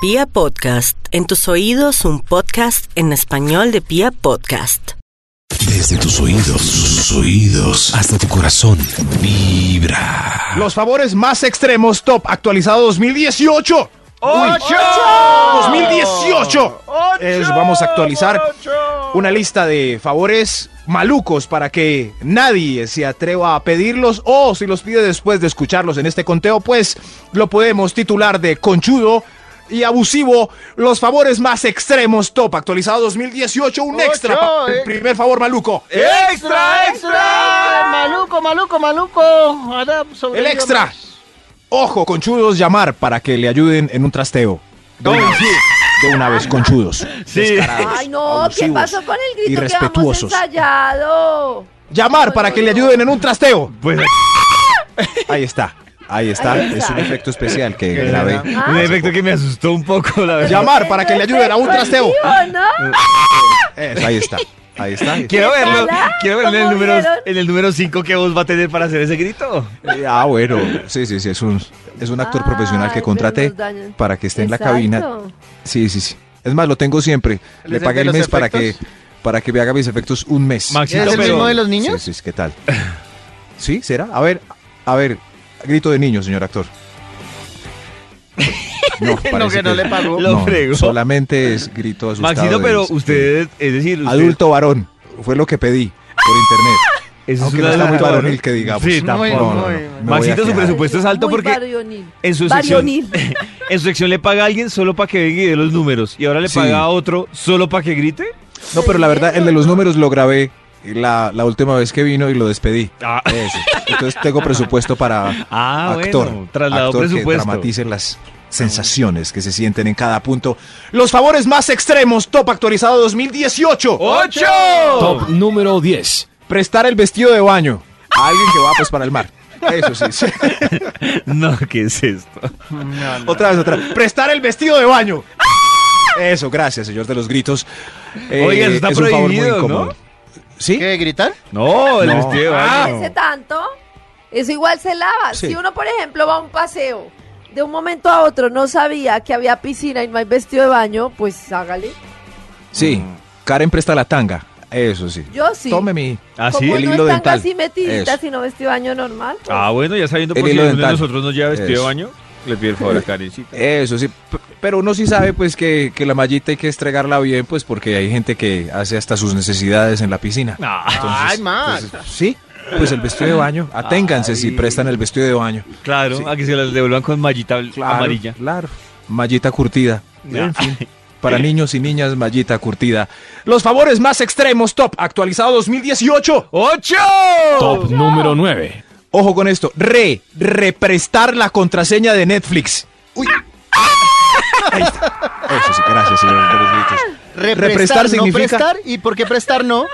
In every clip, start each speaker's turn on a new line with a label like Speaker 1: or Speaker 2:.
Speaker 1: Pia Podcast, en tus oídos un podcast en español de Pia Podcast.
Speaker 2: Desde tus oídos, sus oídos, hasta tu corazón, vibra.
Speaker 3: Los favores más extremos top actualizado 2018. Uy, 2018. Es- vamos a actualizar una lista de favores malucos para que nadie se atreva a pedirlos o si los pide después de escucharlos en este conteo, pues lo podemos titular de conchudo y abusivo. Los favores más extremos top actualizado 2018. Un extra. pa-
Speaker 4: eh.
Speaker 3: Primer favor maluco.
Speaker 4: ¡Extra, extra! Maluco, maluco, maluco. Ahora
Speaker 3: El
Speaker 4: sobrevivimos.
Speaker 3: extra. Ojo, conchudos, llamar para que le ayuden en un trasteo. De una, de una vez, conchudos. Descarados,
Speaker 5: Ay, no, ¿qué
Speaker 3: abusivos,
Speaker 5: pasó con el grito que habíamos
Speaker 3: irrespetuosos.
Speaker 5: ensayado?
Speaker 3: Llamar para que le ayuden en un trasteo. Ahí está. Ahí está.
Speaker 5: Ahí está.
Speaker 3: Es un efecto especial que
Speaker 6: Que la
Speaker 3: grabé.
Speaker 6: verdad, Un efecto que me asustó un poco, la verdad.
Speaker 3: Llamar para que le ayuden a un trasteo.
Speaker 5: Efectivo, ¿no?
Speaker 3: Eso, ahí está. Ahí está.
Speaker 6: Quiero verlo,
Speaker 5: tal, ah?
Speaker 6: quiero verlo en el
Speaker 5: ¿Cómo
Speaker 6: número
Speaker 5: vieron?
Speaker 6: en el número 5 que vos va a tener para hacer ese grito.
Speaker 3: Eh, Ah, bueno. Sí, sí, sí. Es un, es un actor
Speaker 5: Ay,
Speaker 3: profesional que
Speaker 5: pero
Speaker 3: contraté
Speaker 5: nos dañan.
Speaker 3: para que esté
Speaker 5: Exacto.
Speaker 3: en la cabina. Sí, sí, sí. Es más, lo tengo siempre. Le
Speaker 4: ¿Les
Speaker 3: pagué
Speaker 4: hace
Speaker 3: el
Speaker 4: los
Speaker 3: mes para que,
Speaker 4: efectos?
Speaker 3: para que me haga mis efectos un mes.
Speaker 6: Maxito,
Speaker 4: ¿Es el
Speaker 6: pero-
Speaker 4: mismo de los niños?
Speaker 3: Sí, sí, ¿qué tal? ¿Sí? ¿Será? A ver, a ver, grito de niño, señor actor. No,
Speaker 4: No, que no le pagó.
Speaker 6: Lo fregó.
Speaker 3: solamente es grito asustado.
Speaker 6: Maxito,
Speaker 3: de-
Speaker 6: pero
Speaker 3: sí.
Speaker 6: usted, es decir, usted-
Speaker 3: Adulto varón, fue lo que pedí por internet.
Speaker 6: eso es
Speaker 3: aunque
Speaker 6: un
Speaker 3: no está muy
Speaker 6: adulto.
Speaker 3: varonil que digamos.
Speaker 6: Sí,
Speaker 3: No,
Speaker 4: no,
Speaker 6: tampoco.
Speaker 4: no,
Speaker 3: no, no. Me
Speaker 6: Maxito,
Speaker 3: voy a
Speaker 6: su
Speaker 3: quejar.
Speaker 6: presupuesto es alto
Speaker 5: Muy
Speaker 6: porque
Speaker 5: barionil.
Speaker 6: en su sección
Speaker 5: Barionil.
Speaker 6: en su sección le paga a alguien solo para que venga y dé los números y ahora le
Speaker 3: Sí.
Speaker 6: paga a otro solo para que grite.
Speaker 3: No, pero la verdad, el de los números lo grabé la, la última vez que vino y lo despedí.
Speaker 6: Ah.
Speaker 3: Ese. Entonces tengo presupuesto para
Speaker 6: Ah,
Speaker 3: actor,
Speaker 6: bueno, trasladó
Speaker 3: actor
Speaker 6: presupuesto.
Speaker 3: que dramatice las sensaciones que se sienten en cada punto. Los favores más extremos, top actualizado 2018.
Speaker 6: Oh. ¡Ocho!
Speaker 2: Top número 10.
Speaker 3: Prestar el vestido de baño a alguien que va pues para el mar. Eso sí. sí.
Speaker 6: No, ¿qué es esto?
Speaker 3: otra vez, otra. vez. Prestar el vestido de baño. Eso, gracias, señor de los gritos. Eh,
Speaker 6: Oiga, eso está
Speaker 3: es un favor muy
Speaker 6: prohibido, ¿no?
Speaker 3: incómodo. ¿Sí?
Speaker 4: ¿Qué, gritar?
Speaker 6: No, el
Speaker 3: No.
Speaker 6: vestido de
Speaker 3: Ah.
Speaker 6: baño.
Speaker 5: Ese tanto, eso igual se lava.
Speaker 3: Sí.
Speaker 5: Si uno, por ejemplo, va a un paseo, de un momento a otro no sabía que había piscina y no hay vestido de baño, pues hágale.
Speaker 3: Sí. Karen presta la tanga. Eso sí.
Speaker 5: Yo sí.
Speaker 3: Tome mi.
Speaker 6: ¿Ah, sí?
Speaker 5: Como
Speaker 3: El
Speaker 5: no
Speaker 3: hilo
Speaker 5: están
Speaker 3: dental.
Speaker 5: así metidita,
Speaker 3: Eso.
Speaker 5: sino vestido de baño normal. pues.
Speaker 6: Ah, bueno, ya sabiendo
Speaker 3: El
Speaker 6: por si
Speaker 3: hilo
Speaker 6: alguno de
Speaker 3: dental.
Speaker 6: nosotros nos lleva vestido
Speaker 3: Eso.
Speaker 6: de baño, le pido el favor a Karencita.
Speaker 3: Eso sí. P- Pero uno sí sabe pues que, que la mallita hay que estregarla bien, pues porque hay gente que hace hasta sus necesidades en la piscina.
Speaker 6: Ah.
Speaker 4: Ay, Max.
Speaker 3: Entonces, sí. Pues el vestido de baño. Aténganse si prestan el vestido de baño.
Speaker 6: Claro, a que se las devuelvan con mallita bl- amarilla.
Speaker 3: Claro. Mallita curtida. En fin. Para niños y niñas, mallita curtida. Los favores más extremos, top, actualizado 2018.
Speaker 6: ¡Ocho!
Speaker 2: Top número 9.
Speaker 3: Ojo con esto. Re, represtar la contraseña de Netflix. Uy. Ahí está. Eso sí, gracias, señor. de los gritos. Represtar
Speaker 4: Represtar, no
Speaker 3: significa-
Speaker 4: prestar. ¿Y por qué prestar no?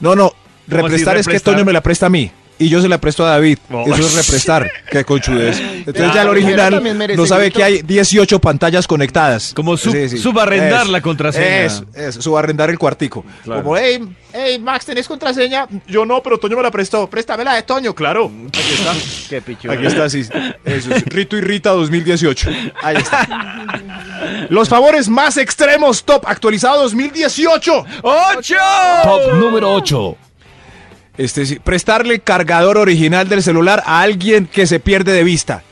Speaker 3: No, no. Represtar
Speaker 6: así
Speaker 3: es que
Speaker 6: represtar?
Speaker 3: Toño me la presta a mí. Y yo se la presto a David.
Speaker 6: No.
Speaker 3: Eso es represtar. Qué conchudez. Entonces
Speaker 4: Pero
Speaker 3: ya el
Speaker 4: primero
Speaker 3: original
Speaker 4: también merece
Speaker 3: no sabe
Speaker 4: grito.
Speaker 3: que hay 18 pantallas conectadas.
Speaker 6: Como sub-
Speaker 3: Sí, sí.
Speaker 6: subarrendar
Speaker 3: Eso,
Speaker 6: la contraseña.
Speaker 3: Eso, eso, subarrendar el cuartico.
Speaker 6: Claro.
Speaker 3: Como, hey, hey, Max, ¿tenés contraseña? Yo no, pero Toño me la prestó. Préstamela de Toño, claro. Aquí está.
Speaker 4: Qué pichu.
Speaker 3: Aquí está, sí. Eso es Rito y Rita 2018. Ahí está. Los favores más extremos, top actualizado 2018.
Speaker 6: ¡Ocho!
Speaker 2: Top número 8.
Speaker 3: Este sí, prestarle cargador original del celular a alguien que se pierde de vista.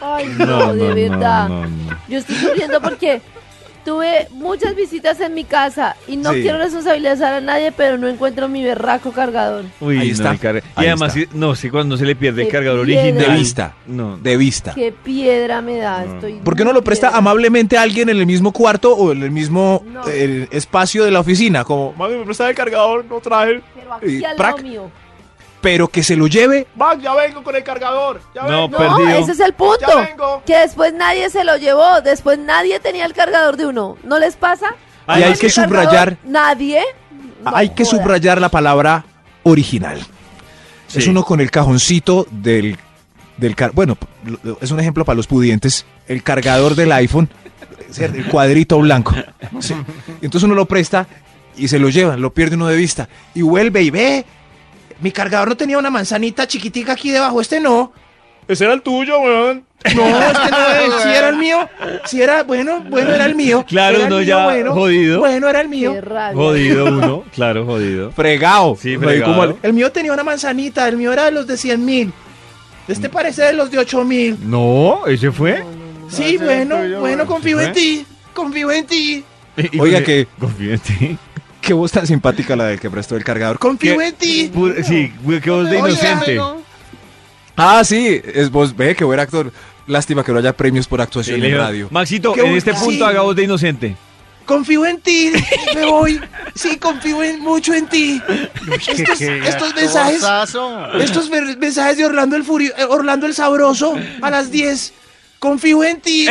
Speaker 5: Ay, no, de verdad. Yo estoy sufriendo porque tuve muchas visitas en mi casa y no
Speaker 3: Sí.
Speaker 5: quiero responsabilizar a nadie, pero no encuentro mi berraco cargador.
Speaker 6: Uy,
Speaker 3: Ahí
Speaker 6: no,
Speaker 3: está.
Speaker 6: el carga-
Speaker 3: Ahí
Speaker 6: Y además,
Speaker 3: está.
Speaker 6: sí, no, sí, cuando se le pierde el
Speaker 5: Qué
Speaker 6: cargador
Speaker 5: piedra.
Speaker 6: original.
Speaker 3: De vista.
Speaker 6: No.
Speaker 3: De vista.
Speaker 5: Qué piedra me da.
Speaker 6: No.
Speaker 5: Estoy
Speaker 3: ¿Por qué no lo
Speaker 5: muy
Speaker 3: presta
Speaker 5: piedra.
Speaker 3: amablemente a alguien en el mismo cuarto o en el mismo
Speaker 5: No.
Speaker 3: eh, espacio de la oficina? Como, mami, me presta el cargador, no traje.
Speaker 5: Pero aquí
Speaker 3: Y
Speaker 5: al
Speaker 3: prac.
Speaker 5: lado mío.
Speaker 3: Pero que se lo lleve.
Speaker 7: Max, ya vengo con el cargador. Ya
Speaker 6: No,
Speaker 7: vengo.
Speaker 5: No,
Speaker 6: Perdido.
Speaker 5: ese es el punto.
Speaker 7: Ya vengo.
Speaker 5: Que después nadie se lo llevó, después nadie tenía el cargador de uno. ¿No les pasa?
Speaker 6: Y
Speaker 5: ¿No
Speaker 6: hay
Speaker 5: tiene
Speaker 3: que
Speaker 5: cargador
Speaker 3: subrayar- Ah,
Speaker 5: Nadie. No
Speaker 3: Hay que
Speaker 5: joda.
Speaker 3: subrayar la palabra original.
Speaker 6: Sí.
Speaker 3: Es uno con el cajoncito del, del car- bueno, lo- lo- es un ejemplo para los pudientes, el cargador del iPhone, ¿cierto? el cuadrito blanco. Sí. Entonces uno lo presta y se lo llevan, lo pierde uno de vista y vuelve y ve, mi cargador no tenía una manzanita chiquitica aquí debajo, este no.
Speaker 7: Ese era el tuyo, weón.
Speaker 3: No, es que no es. Si era el mío, si era, bueno, bueno, era el mío.
Speaker 6: Claro,
Speaker 3: Era el
Speaker 6: uno
Speaker 3: mío,
Speaker 6: ya
Speaker 3: bueno, Pues,
Speaker 6: jodido.
Speaker 3: Bueno, era el mío.
Speaker 5: Qué rabia.
Speaker 6: Jodido uno, claro, jodido.
Speaker 3: Fregado.
Speaker 6: Sí,
Speaker 3: Me di como
Speaker 6: fregado.
Speaker 3: el, el mío tenía una manzanita, el mío era de los de 100 mil. Este parece de los de 8 mil.
Speaker 6: No, ese fue.
Speaker 3: Sí,
Speaker 4: ese
Speaker 3: bueno,
Speaker 4: es
Speaker 3: bueno,
Speaker 4: tuyo, bueno.
Speaker 3: confío
Speaker 6: ¿Eh?
Speaker 3: en ti. Confío en ti.
Speaker 6: Y- pues, eh, y
Speaker 3: Oiga,
Speaker 6: confío-
Speaker 3: que-
Speaker 6: Confío en ti.
Speaker 3: Qué voz tan simpática la del que prestó el cargador. Confío en ti.
Speaker 6: Pur- sí, qué voz de
Speaker 4: Oye,
Speaker 6: inocente.
Speaker 4: amigo.
Speaker 3: Ah, sí, es vos, ve, qué buen actor. Lástima que no haya premios por
Speaker 6: Sí,
Speaker 3: actuación
Speaker 6: le
Speaker 3: en
Speaker 6: digo,
Speaker 3: radio.
Speaker 6: Maxito,
Speaker 3: Qué
Speaker 6: en
Speaker 3: voz-
Speaker 6: este
Speaker 3: sí.
Speaker 6: punto haga voz de inocente.
Speaker 3: Confío en ti, me voy. Sí, confío en- mucho en ti. Estos, estos mensajes,
Speaker 4: Torsazo.
Speaker 3: estos ver- mensajes de Orlando el Furio- eh, Orlando el Sabroso a las 10. Confío en ti.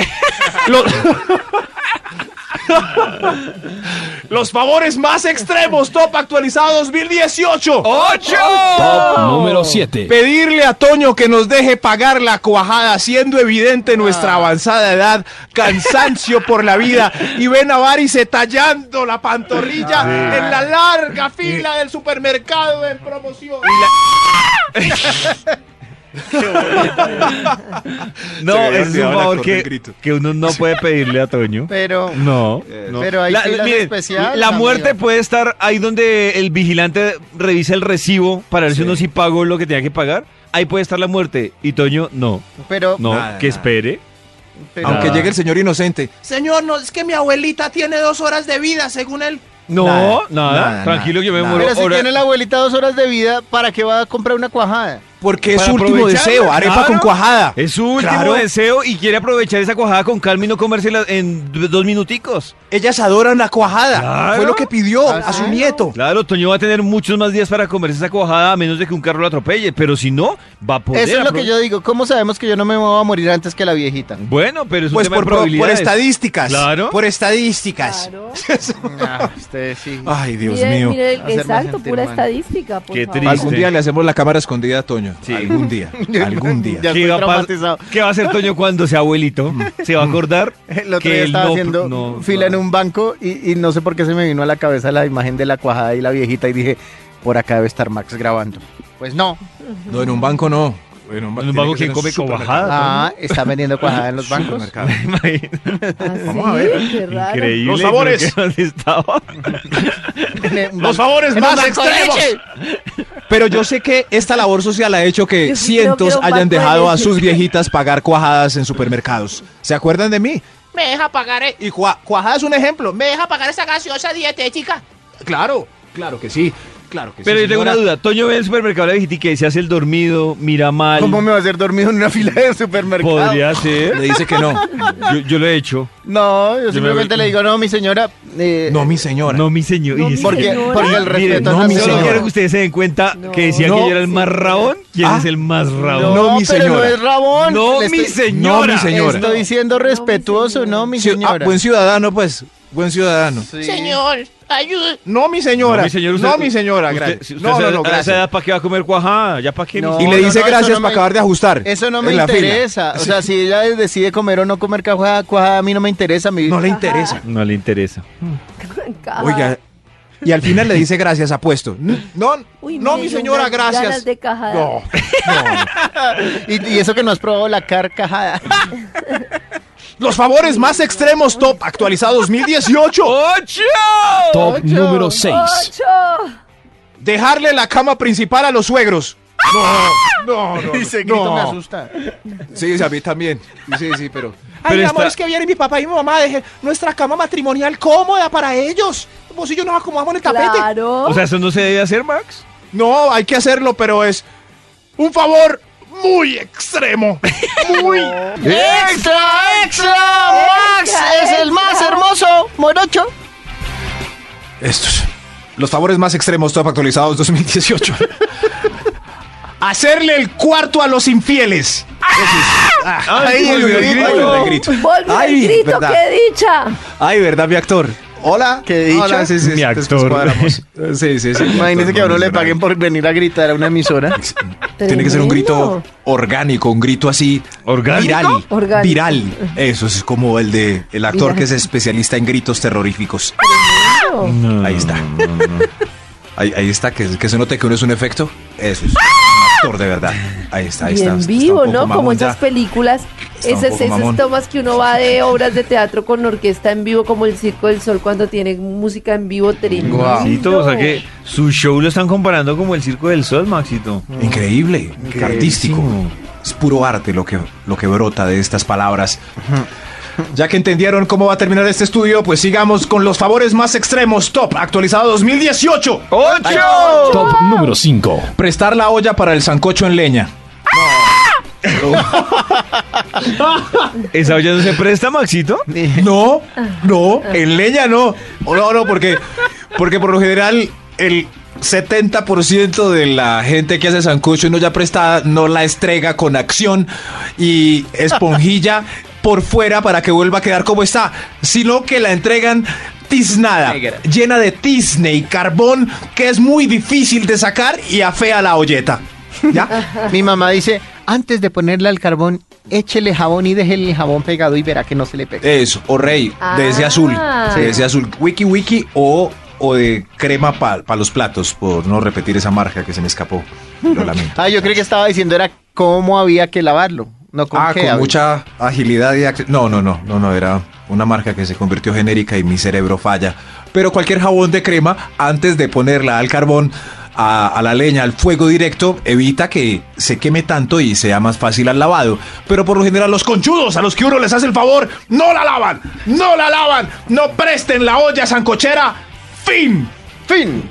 Speaker 7: Los favores más extremos, top actualizado 2018.
Speaker 2: Top número 7.
Speaker 3: Pedirle a Toño que nos deje pagar la cuajada, siendo evidente nuestra avanzada edad, cansancio por la vida y ven a Varice tallando la pantorrilla en la larga fila del supermercado en promoción.
Speaker 6: No,
Speaker 3: Se me había
Speaker 6: ese es un
Speaker 3: olvidado el
Speaker 6: favor
Speaker 3: actor del
Speaker 6: que,
Speaker 3: grito.
Speaker 6: que uno no puede pedirle a Toño.
Speaker 4: Pero,
Speaker 6: No. no.
Speaker 4: pero hay
Speaker 6: La,
Speaker 4: filas
Speaker 6: miren,
Speaker 4: especiales.
Speaker 6: la muerte
Speaker 4: amigo.
Speaker 6: puede estar ahí donde el vigilante revisa el recibo para ver si uno sí pagó lo que tenía que pagar. Ahí puede estar la muerte. Y Toño, no.
Speaker 4: Pero,
Speaker 6: No,
Speaker 3: Nada,
Speaker 6: que
Speaker 3: nada.
Speaker 6: espere.
Speaker 4: pero-
Speaker 6: Aunque
Speaker 4: Ah.
Speaker 6: llegue el
Speaker 3: señor inocente. Señor, no, es que mi abuelita tiene dos horas de vida, según él.
Speaker 6: No,
Speaker 3: Nada,
Speaker 6: nada.
Speaker 3: nada,
Speaker 6: Tranquilo que yo me
Speaker 3: nada.
Speaker 6: muero.
Speaker 4: Pero si
Speaker 6: ahora.
Speaker 4: tiene la abuelita dos horas de vida, ¿para qué va a comprar una cuajada?
Speaker 3: Porque es
Speaker 6: Para
Speaker 3: su último
Speaker 6: aprovecharla,
Speaker 3: deseo, arepa
Speaker 6: claro.
Speaker 3: con cuajada.
Speaker 6: Es su último
Speaker 3: Claro.
Speaker 6: deseo y quiere aprovechar esa cuajada con calma y no comérsela en d- dos minuticos.
Speaker 3: Ellas adoran la cuajada.
Speaker 6: Claro.
Speaker 3: Fue lo que pidió
Speaker 4: Ah,
Speaker 3: a su
Speaker 4: claro.
Speaker 3: nieto.
Speaker 6: Claro, Toño va a tener muchos más días para comerse esa cuajada a menos de que un carro lo atropelle. Pero si no, va a poder.
Speaker 4: Eso es lo
Speaker 6: aprove-
Speaker 4: que yo digo. ¿Cómo sabemos que yo no me voy a morir antes que la viejita?
Speaker 6: Bueno, pero es un
Speaker 3: Pues
Speaker 6: tema
Speaker 3: por,
Speaker 6: de
Speaker 3: pro- por
Speaker 6: probabilidades.
Speaker 3: estadísticas.
Speaker 6: Claro.
Speaker 3: Por estadísticas.
Speaker 5: Claro.
Speaker 4: Ah, usted sí.
Speaker 3: Ay, Dios
Speaker 5: Mire-
Speaker 3: mío.
Speaker 5: mire,
Speaker 4: Hacerme
Speaker 5: exacto,
Speaker 4: sentir
Speaker 5: pura
Speaker 4: mal.
Speaker 5: estadística, por
Speaker 6: Qué
Speaker 5: favor.
Speaker 6: triste.
Speaker 3: Algún día le hacemos la cámara escondida a Toño.
Speaker 6: Sí.
Speaker 3: Algún día. Algún día.
Speaker 4: Ya
Speaker 6: ¿Qué
Speaker 4: estoy
Speaker 6: va, a pas-
Speaker 4: traumatizado.
Speaker 6: qué va a hacer Toño cuando sea abuelito? ¿Se va a acordar?
Speaker 4: El otro
Speaker 6: que
Speaker 4: día
Speaker 6: él
Speaker 4: estaba
Speaker 6: no-
Speaker 4: haciendo
Speaker 6: no-
Speaker 4: fila en un banco y, y no sé por qué se me vino a la cabeza la imagen de la cuajada y la viejita y dije, por acá debe estar Max grabando. Pues no.
Speaker 3: No, en un banco no. En un,
Speaker 6: En un banco quien come cuajada.
Speaker 4: Ah, está vendiendo cuajada en los bancos.
Speaker 6: Imagínate.
Speaker 5: ¿Ah,
Speaker 3: Vamos a
Speaker 5: sí?
Speaker 3: ver.
Speaker 5: Qué raro.
Speaker 6: Increíble.
Speaker 7: Los sabores.
Speaker 6: ¿no? ¿Dónde estaba?
Speaker 7: Los favores más extremos.
Speaker 3: Pero yo sé que esta labor social ha hecho que
Speaker 5: Yo sí creo que
Speaker 3: cientos
Speaker 5: era un
Speaker 3: hayan
Speaker 5: banco de
Speaker 3: dejado a
Speaker 5: leche.
Speaker 3: sus viejitas pagar cuajadas en supermercados. ¿Se acuerdan de mí? Me deja pagar. eh, Y cua- cuajada es un ejemplo. Me deja pagar esa gaseosa dietética. Claro, claro que sí. Claro que
Speaker 6: Pero
Speaker 3: sí.
Speaker 6: yo tengo
Speaker 3: señora.
Speaker 6: una duda. Toño ve el supermercado de la viejita y que se hace el dormido, mira mal.
Speaker 4: ¿Cómo me va a hacer dormido en una fila de supermercado?
Speaker 6: Podría ser.
Speaker 3: Le dice que no.
Speaker 6: Yo, yo lo he hecho.
Speaker 4: No, yo
Speaker 6: me
Speaker 4: simplemente
Speaker 6: voy-
Speaker 4: le digo, no, mi señora. eh,
Speaker 3: No, mi señora.
Speaker 6: No, mi señor.
Speaker 5: No, mi
Speaker 4: Porque,
Speaker 5: señora.
Speaker 4: porque el
Speaker 6: Mire,
Speaker 4: respeto
Speaker 3: no,
Speaker 4: es
Speaker 3: mi
Speaker 6: Solo
Speaker 3: señora.
Speaker 6: quiero que ustedes se den cuenta
Speaker 5: No.
Speaker 6: que decía
Speaker 3: No.
Speaker 6: que yo era el más rabón. ¿Quién
Speaker 3: Ah.
Speaker 6: es el más
Speaker 4: No,
Speaker 6: rabón?
Speaker 3: No, mi
Speaker 4: pero no
Speaker 3: señora.
Speaker 4: es Rabón.
Speaker 6: No,
Speaker 4: Le
Speaker 6: mi
Speaker 4: estoy-
Speaker 6: señora.
Speaker 3: No, mi señora.
Speaker 4: Estoy siendo
Speaker 5: No, mi
Speaker 4: respetuoso,
Speaker 5: señora.
Speaker 4: no, mi
Speaker 3: Sí, ah,
Speaker 4: señora.
Speaker 3: buen ciudadano, pues. Buen ciudadano.
Speaker 4: Sí.
Speaker 7: Señor, ayuda. No, mi señora. No, mi,
Speaker 6: usted-
Speaker 7: señora.
Speaker 6: usted-
Speaker 7: gracias.
Speaker 6: si usted
Speaker 7: no,
Speaker 6: se-
Speaker 7: no, no,
Speaker 6: a esa
Speaker 7: gracias.
Speaker 6: edad, ¿Para qué va a comer cuajada? ¿Ya para qué?
Speaker 4: No.
Speaker 3: Y le dice
Speaker 4: no, eso
Speaker 3: gracias
Speaker 4: no
Speaker 3: para
Speaker 4: me-
Speaker 3: acabar de ajustar.
Speaker 4: Eso no
Speaker 3: en
Speaker 4: me
Speaker 3: la fila.
Speaker 4: interesa. O sea, si ella decide comer o no comer cuajada, cuajada a mí no me interesa. Mi...
Speaker 3: No le interesa.
Speaker 6: No le interesa.
Speaker 5: Caja.
Speaker 3: Oiga, y al final le dice gracias, apuesto. No,
Speaker 5: Uy,
Speaker 3: no,
Speaker 5: me
Speaker 3: mi
Speaker 5: dio
Speaker 3: señora,
Speaker 5: unas ganas
Speaker 3: gracias.
Speaker 5: de cajada.
Speaker 3: No,
Speaker 4: Y, y eso que no has probado la carcajada.
Speaker 3: Los favores más extremos top actualizado 2018.
Speaker 6: Oh, ¡Ocho!
Speaker 2: Top número 6.
Speaker 5: ¡Ocho!
Speaker 3: Dejarle la cama principal a los suegros. No, no, no.
Speaker 4: Ese grito me
Speaker 3: no.
Speaker 4: asusta.
Speaker 3: Sí, sí, a mí también. Sí, sí, pero.
Speaker 6: Pero
Speaker 3: Ay, mi amor,
Speaker 6: está-
Speaker 3: es que viene mi papá y mi mamá. Dejen nuestra cama matrimonial cómoda para ellos. Vos y yo nos acomodamos en el tapete.
Speaker 5: Claro.
Speaker 6: O sea, ¿eso no se debe hacer, Max?
Speaker 3: No, hay que hacerlo, pero es un favor muy extremo. Muy.
Speaker 4: ¡Extra, extra! ¡Max
Speaker 5: Extra,
Speaker 4: es el más
Speaker 5: extra.
Speaker 4: hermoso! ¡Morocho!
Speaker 3: Estos. Los favores más extremos, top actualizados 2018. Hacerle el cuarto a los infieles.
Speaker 6: Ay,
Speaker 3: Ay,
Speaker 6: Ah, volvió el
Speaker 3: Dios mío,
Speaker 6: grito.
Speaker 3: volvió el grito.
Speaker 5: Volvió
Speaker 3: Ay,
Speaker 5: el grito,
Speaker 3: verdad.
Speaker 5: qué dicha.
Speaker 3: Ay, ¿verdad, mi actor? Hola.
Speaker 4: ¿Qué he dicho?
Speaker 3: Hola, sí, sí,
Speaker 6: Mi
Speaker 3: sí, después
Speaker 6: actor.
Speaker 3: cuadramos. Sí, sí, sí.
Speaker 4: Imagínese que a uno le paguen por venir a gritar a una emisora.
Speaker 3: Tiene que ser un grito
Speaker 5: Tremendo.
Speaker 3: orgánico, un grito así.
Speaker 6: ¿Orgánico?
Speaker 3: Viral.
Speaker 5: Orgánico.
Speaker 3: Viral. Eso es como el de el actor
Speaker 5: Viral.
Speaker 3: que es especialista en gritos terroríficos. Ahí está. Ahí, ahí está, que, que se note que uno es un efecto. Eso es. pastor, de verdad. Ahí está, ahí
Speaker 5: ¡Ah! Y
Speaker 3: está.
Speaker 5: en
Speaker 3: está
Speaker 5: vivo,
Speaker 3: un poco
Speaker 5: ¿no? Como
Speaker 3: mamón
Speaker 5: esas
Speaker 3: ya.
Speaker 5: películas,
Speaker 3: un
Speaker 5: esas,
Speaker 3: poco
Speaker 5: esas
Speaker 3: mamón.
Speaker 5: tomas que uno va de obras de teatro con orquesta en vivo, como el Circo del Sol cuando tiene música en vivo tremendo.
Speaker 6: Maxito, o sea que su show lo están comparando como el Circo del Sol, Maxito.
Speaker 3: Increíble, artístico. Es puro arte lo que, lo que brota de estas palabras. Ya que entendieron cómo va a terminar este estudio, pues sigamos con los favores más extremos. Top actualizado 2018.
Speaker 6: ¡Ocho!
Speaker 2: Top número 5.
Speaker 3: Prestar la olla para el sancocho en leña.
Speaker 6: ¿Esa olla no se presta, Maxito?
Speaker 3: No, no, en leña no. O No, no, porque, porque por lo general el 70% de la gente que hace sancocho y no ya prestada no la estrega con acción y esponjilla por fuera para que vuelva a quedar como está, sino que la entregan tiznada, llena de tizne y carbón que es muy difícil de sacar y afea la olleta. ¿Ya?
Speaker 4: Mi mamá dice, antes de ponerle al carbón, échele jabón y déjele el jabón pegado y verá que no se le pega.
Speaker 3: Eso, o rey, de ese azul,
Speaker 5: Ah.
Speaker 3: de ese azul, wiki wiki o, o de crema para los platos, por no repetir esa marca que se me escapó. Lo lamento.
Speaker 4: Ah, yo creo que estaba diciendo era cómo había que lavarlo, no con
Speaker 3: Ah,
Speaker 4: qué
Speaker 3: con
Speaker 4: había.
Speaker 3: mucha agilidad y ac- No, no, no, no, no, era una marca que se convirtió genérica y mi cerebro falla. Pero cualquier jabón de crema, antes de ponerla al carbón, a, a la leña, al fuego directo, evita que se queme tanto y sea más fácil al lavado. Pero por lo general los conchudos a los que uno les hace el favor, no la lavan, no la lavan, no presten la olla sancochera, fin.
Speaker 4: Fin.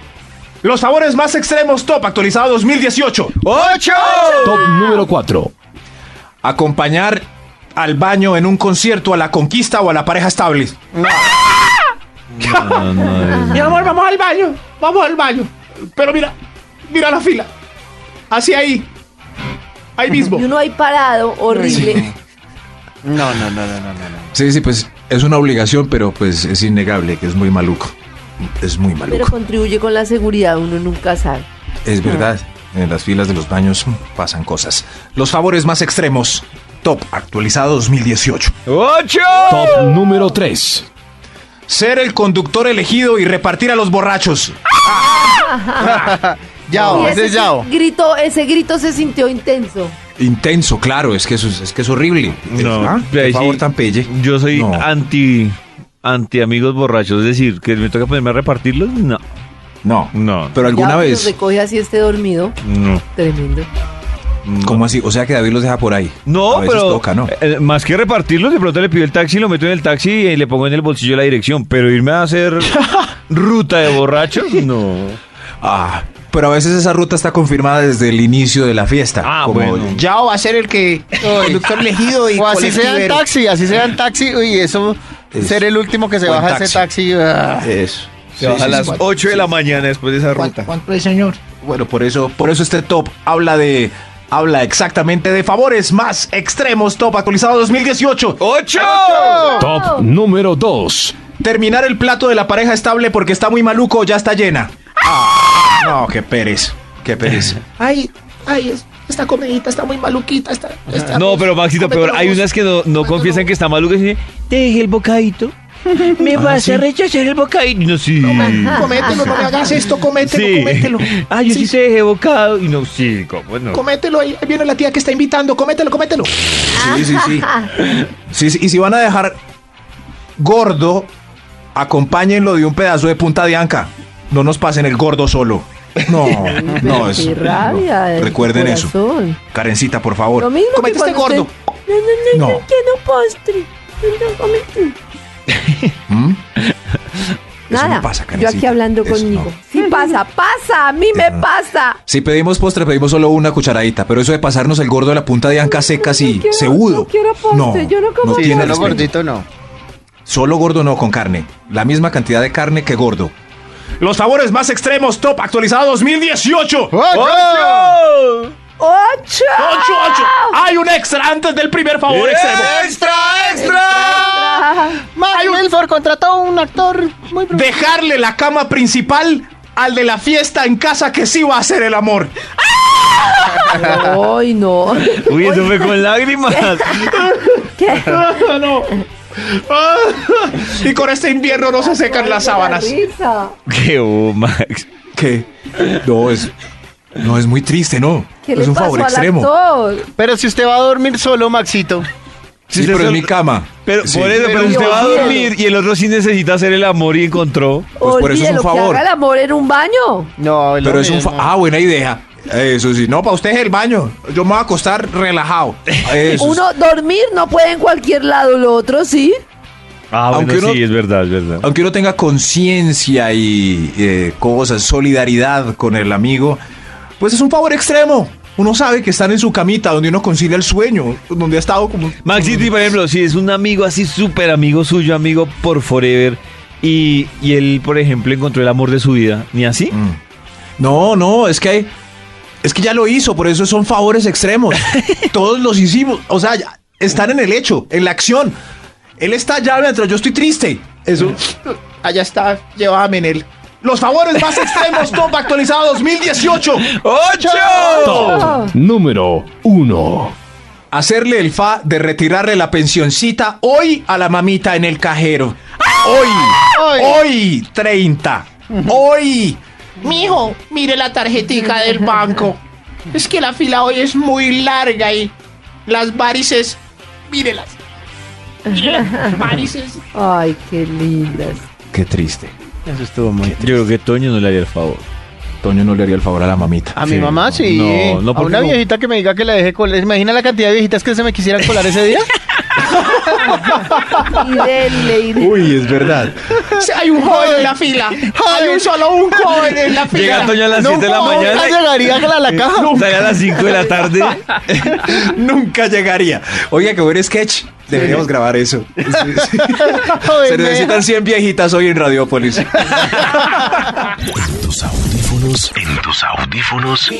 Speaker 3: Los favores más extremos top actualizado 2018.
Speaker 6: ¡Ocho!
Speaker 2: Top número 4.
Speaker 3: Acompañar al baño en un concierto a la conquista o a la pareja estable.
Speaker 6: No, no,
Speaker 7: Mi amor, vamos al baño. Vamos al baño. Pero mira, mira la fila. Hacia ahí. Ahí mismo.
Speaker 5: Y uno ahí parado, horrible.
Speaker 4: No, no, no, no, no, no.
Speaker 3: Sí, sí, pues es una obligación, pero pues es innegable que es muy maluco. Es muy
Speaker 5: Pero
Speaker 3: maluco.
Speaker 5: contribuye con la seguridad, uno nunca sabe.
Speaker 3: Es verdad, en las filas de los baños mm, pasan cosas. Los favores más extremos. Top actualizado 2018.
Speaker 6: ¡Ocho!
Speaker 2: Top número 3.
Speaker 3: Ser el conductor elegido y repartir a los borrachos.
Speaker 4: Yao,
Speaker 5: Y
Speaker 4: ese es
Speaker 5: sí-
Speaker 4: Yao.
Speaker 5: grito, ese grito se sintió intenso.
Speaker 3: Intenso, claro, es que eso es, es que es horrible.
Speaker 6: No,
Speaker 3: Ah,
Speaker 6: pero
Speaker 3: qué
Speaker 6: ahí
Speaker 3: favor
Speaker 6: sí,
Speaker 3: tan pelle.
Speaker 6: Yo soy
Speaker 3: No.
Speaker 6: anti anti amigos borrachos, es decir, que me toca ponerme a repartirlos, no,
Speaker 3: No,
Speaker 6: no,
Speaker 3: pero alguna
Speaker 5: Ya, que
Speaker 3: vez.
Speaker 5: Los recoge así este dormido.
Speaker 6: no.
Speaker 5: Tremendo.
Speaker 3: ¿Cómo así? O sea que David los deja por ahí. A
Speaker 6: No,
Speaker 3: veces
Speaker 6: pero
Speaker 3: toca, ¿no?
Speaker 6: eh, más que repartirlos, de pronto le pido el taxi, lo meto en el taxi y le pongo en el bolsillo la dirección, pero irme a hacer ruta de borrachos, no.
Speaker 3: Ah, pero a veces esa ruta está confirmada desde el inicio de la fiesta.
Speaker 6: Ah, bueno.
Speaker 7: Yao va a ser el que conductor elegido y
Speaker 4: O así sea en
Speaker 7: colectivero.
Speaker 4: taxi, así sea en taxi. Uy, eso,
Speaker 3: Eso.
Speaker 4: ser el último que se
Speaker 3: O en Eh,
Speaker 4: baja de ese taxi. ah.
Speaker 3: Eso. Sí,
Speaker 6: a
Speaker 3: sí, sí.
Speaker 6: las 8 de la mañana después de esa
Speaker 7: ¿Cuánto,
Speaker 6: ruta.
Speaker 7: cuánto es, señor?
Speaker 3: Bueno, por eso, por eso este top habla de. Habla exactamente de favores más extremos. Top actualizado 2018.
Speaker 6: ¡Ocho!
Speaker 2: Top número 2.
Speaker 3: Terminar el plato de la pareja estable porque está muy maluco o ya está llena. Ah, no, qué pérez. Qué pérez.
Speaker 7: Ay, ay, es- esta comidita está muy maluquita. Está, pues.
Speaker 6: No, pero Maxito, peor, hay unas que no, no confiesan que está maluca y dicen, te dejé el bocadito. Me vas a rechazar el bocadito. No, sí.
Speaker 7: Comételo, no me hagas esto, comételo,
Speaker 6: Ah, sí.
Speaker 7: comételo.
Speaker 6: Ah, yo sí.
Speaker 7: Sí,
Speaker 6: te dejé bocado. Y no, sí, ¿cómo no?
Speaker 7: Comételo, ahí ahí viene la tía que está invitando, comételo, comételo.
Speaker 3: Sí, sí, sí. Sí, sí, Y si van a dejar gordo, acompáñenlo de un pedazo de punta de anca. No nos pasen el gordo solo. No, no,
Speaker 5: es.
Speaker 3: eso.
Speaker 5: Qué rabia. de
Speaker 3: Recuerden
Speaker 5: tu
Speaker 3: eso.
Speaker 5: corazón.
Speaker 3: Karencita, por favor.
Speaker 5: Lo mismo
Speaker 7: Comete
Speaker 5: que
Speaker 7: este
Speaker 5: cuando
Speaker 7: gordo.
Speaker 5: usted- No, no, no,
Speaker 3: No.
Speaker 5: no, quiero postre. No, no, comete.
Speaker 3: ¿Mm? Eso
Speaker 5: Nada.
Speaker 3: no pasa,
Speaker 5: yo
Speaker 3: Karencita.
Speaker 5: aquí hablando
Speaker 3: Eso
Speaker 5: conmigo.
Speaker 3: no. Ah.
Speaker 5: Sí pasa, pasa, a mí me pasa.
Speaker 3: Si pedimos postre, pedimos solo una cucharadita, pero eso de pasarnos el gordo de la punta de anca seca,
Speaker 5: no
Speaker 3: sí,
Speaker 5: quiero-
Speaker 3: segudo.
Speaker 5: no quiero postre, yo no como
Speaker 4: Sí,
Speaker 3: tiene
Speaker 4: solo
Speaker 3: respeto.
Speaker 4: gordito no.
Speaker 3: Solo gordo no, con carne. La misma cantidad de carne que gordo. Los favores más extremos, top actualizado 2018.
Speaker 5: ¡Ocho!
Speaker 7: ¡Ocho, ocho! Hay un extra antes del primer favor extremo.
Speaker 6: ¡Extra, extra!
Speaker 4: Max Belfort contrató a un actor muy pro-
Speaker 7: Dejarle la cama principal al de la fiesta en casa que sí va a hacer el amor.
Speaker 5: ¡Ay, no!
Speaker 6: Uy, eso fue con lágrimas.
Speaker 5: ¿Qué?
Speaker 7: no. y con este invierno no se secan las
Speaker 5: La
Speaker 7: sábanas.
Speaker 5: risa.
Speaker 6: Qué oh, Max.
Speaker 3: ¿Qué? No, es. No, es muy triste, ¿no?
Speaker 5: ¿Qué le
Speaker 3: Es un
Speaker 5: pasó
Speaker 3: favor
Speaker 5: al
Speaker 3: extremo.
Speaker 5: actor?
Speaker 4: Pero si usted va a dormir solo, Maxito.
Speaker 3: Sí,
Speaker 6: Si usted
Speaker 3: pero es
Speaker 6: solo-
Speaker 3: mi cama.
Speaker 6: Pero
Speaker 3: Sí.
Speaker 6: por eso,
Speaker 4: Pero
Speaker 6: pero usted
Speaker 5: yo
Speaker 6: va a
Speaker 5: quiero.
Speaker 6: dormir y el otro sí necesita hacer el amor y encontró.
Speaker 3: Pues por eso es un
Speaker 5: Olvídelo, que
Speaker 3: favor.
Speaker 5: haga el amor en un baño.
Speaker 4: No, el
Speaker 3: Pero es un...
Speaker 4: hombre,
Speaker 3: fa-
Speaker 4: no.
Speaker 3: Ah, buena idea. Eso sí. No, para usted es el baño. Yo me voy a acostar relajado. Eso sí.
Speaker 5: Uno dormir no puede en cualquier lado, lo otro sí.
Speaker 6: Ah,
Speaker 3: Aunque uno-
Speaker 6: es verdad, es verdad.
Speaker 3: Aunque uno tenga conciencia y eh, cosas, solidaridad con el amigo, pues es un favor extremo. Uno sabe que están en su camita, donde uno concilia el sueño, donde ha estado como...
Speaker 6: Maxito, y por ejemplo, si es un amigo así súper amigo suyo, amigo por forever, y, y él, por ejemplo, encontró el amor de su vida, ¿ni así?
Speaker 3: No, no, es que hay- Es que ya lo hizo, por eso son favores extremos. Todos los hicimos. O sea, ya están en el hecho, en la acción. Él está allá mientras yo estoy triste.
Speaker 7: Eso. Allá está, llévame en él.
Speaker 3: Los favores más extremos, Top actualizado 2018.
Speaker 5: Oh,
Speaker 2: Número 1.
Speaker 3: Hacerle el fa de retirarle la pensioncita hoy a la mamita en el cajero. Hoy, hoy 30. Hoy.
Speaker 7: Mijo, mire la tarjetica del banco. Es que la fila hoy es muy larga y las varices, mírelas. Mírelas, varices.
Speaker 5: Ay, qué lindas.
Speaker 3: Qué triste.
Speaker 4: Eso estuvo muy...
Speaker 6: Yo creo que Toño no le haría el favor.
Speaker 3: Toño no le haría el favor a la mamita.
Speaker 4: A mi mamá sí.
Speaker 6: No, no,
Speaker 4: a
Speaker 6: porque
Speaker 4: una
Speaker 6: no.
Speaker 4: viejita que me diga que la deje colar. Imagina la cantidad de viejitas que se me quisieran colar ese día.
Speaker 5: Y dele, y dele.
Speaker 3: Uy, es verdad.
Speaker 7: Sí, Hay un joven en la fila. Hay un solo un joven en la fila.
Speaker 6: Llega Toño a las 7 de la
Speaker 4: Nunca
Speaker 6: mañana.
Speaker 4: llegaría a
Speaker 3: Eh,
Speaker 4: la caja.
Speaker 6: Sale a las 5 de la tarde.
Speaker 3: Nunca llegaría. Oiga, qué buen sketch. Deberíamos grabar eso. Sí, sí.
Speaker 4: Joder,
Speaker 3: Se
Speaker 4: me-
Speaker 3: necesitan 100 viejitas hoy en Radiopolis.
Speaker 2: En tus audífonos. En tus audífonos.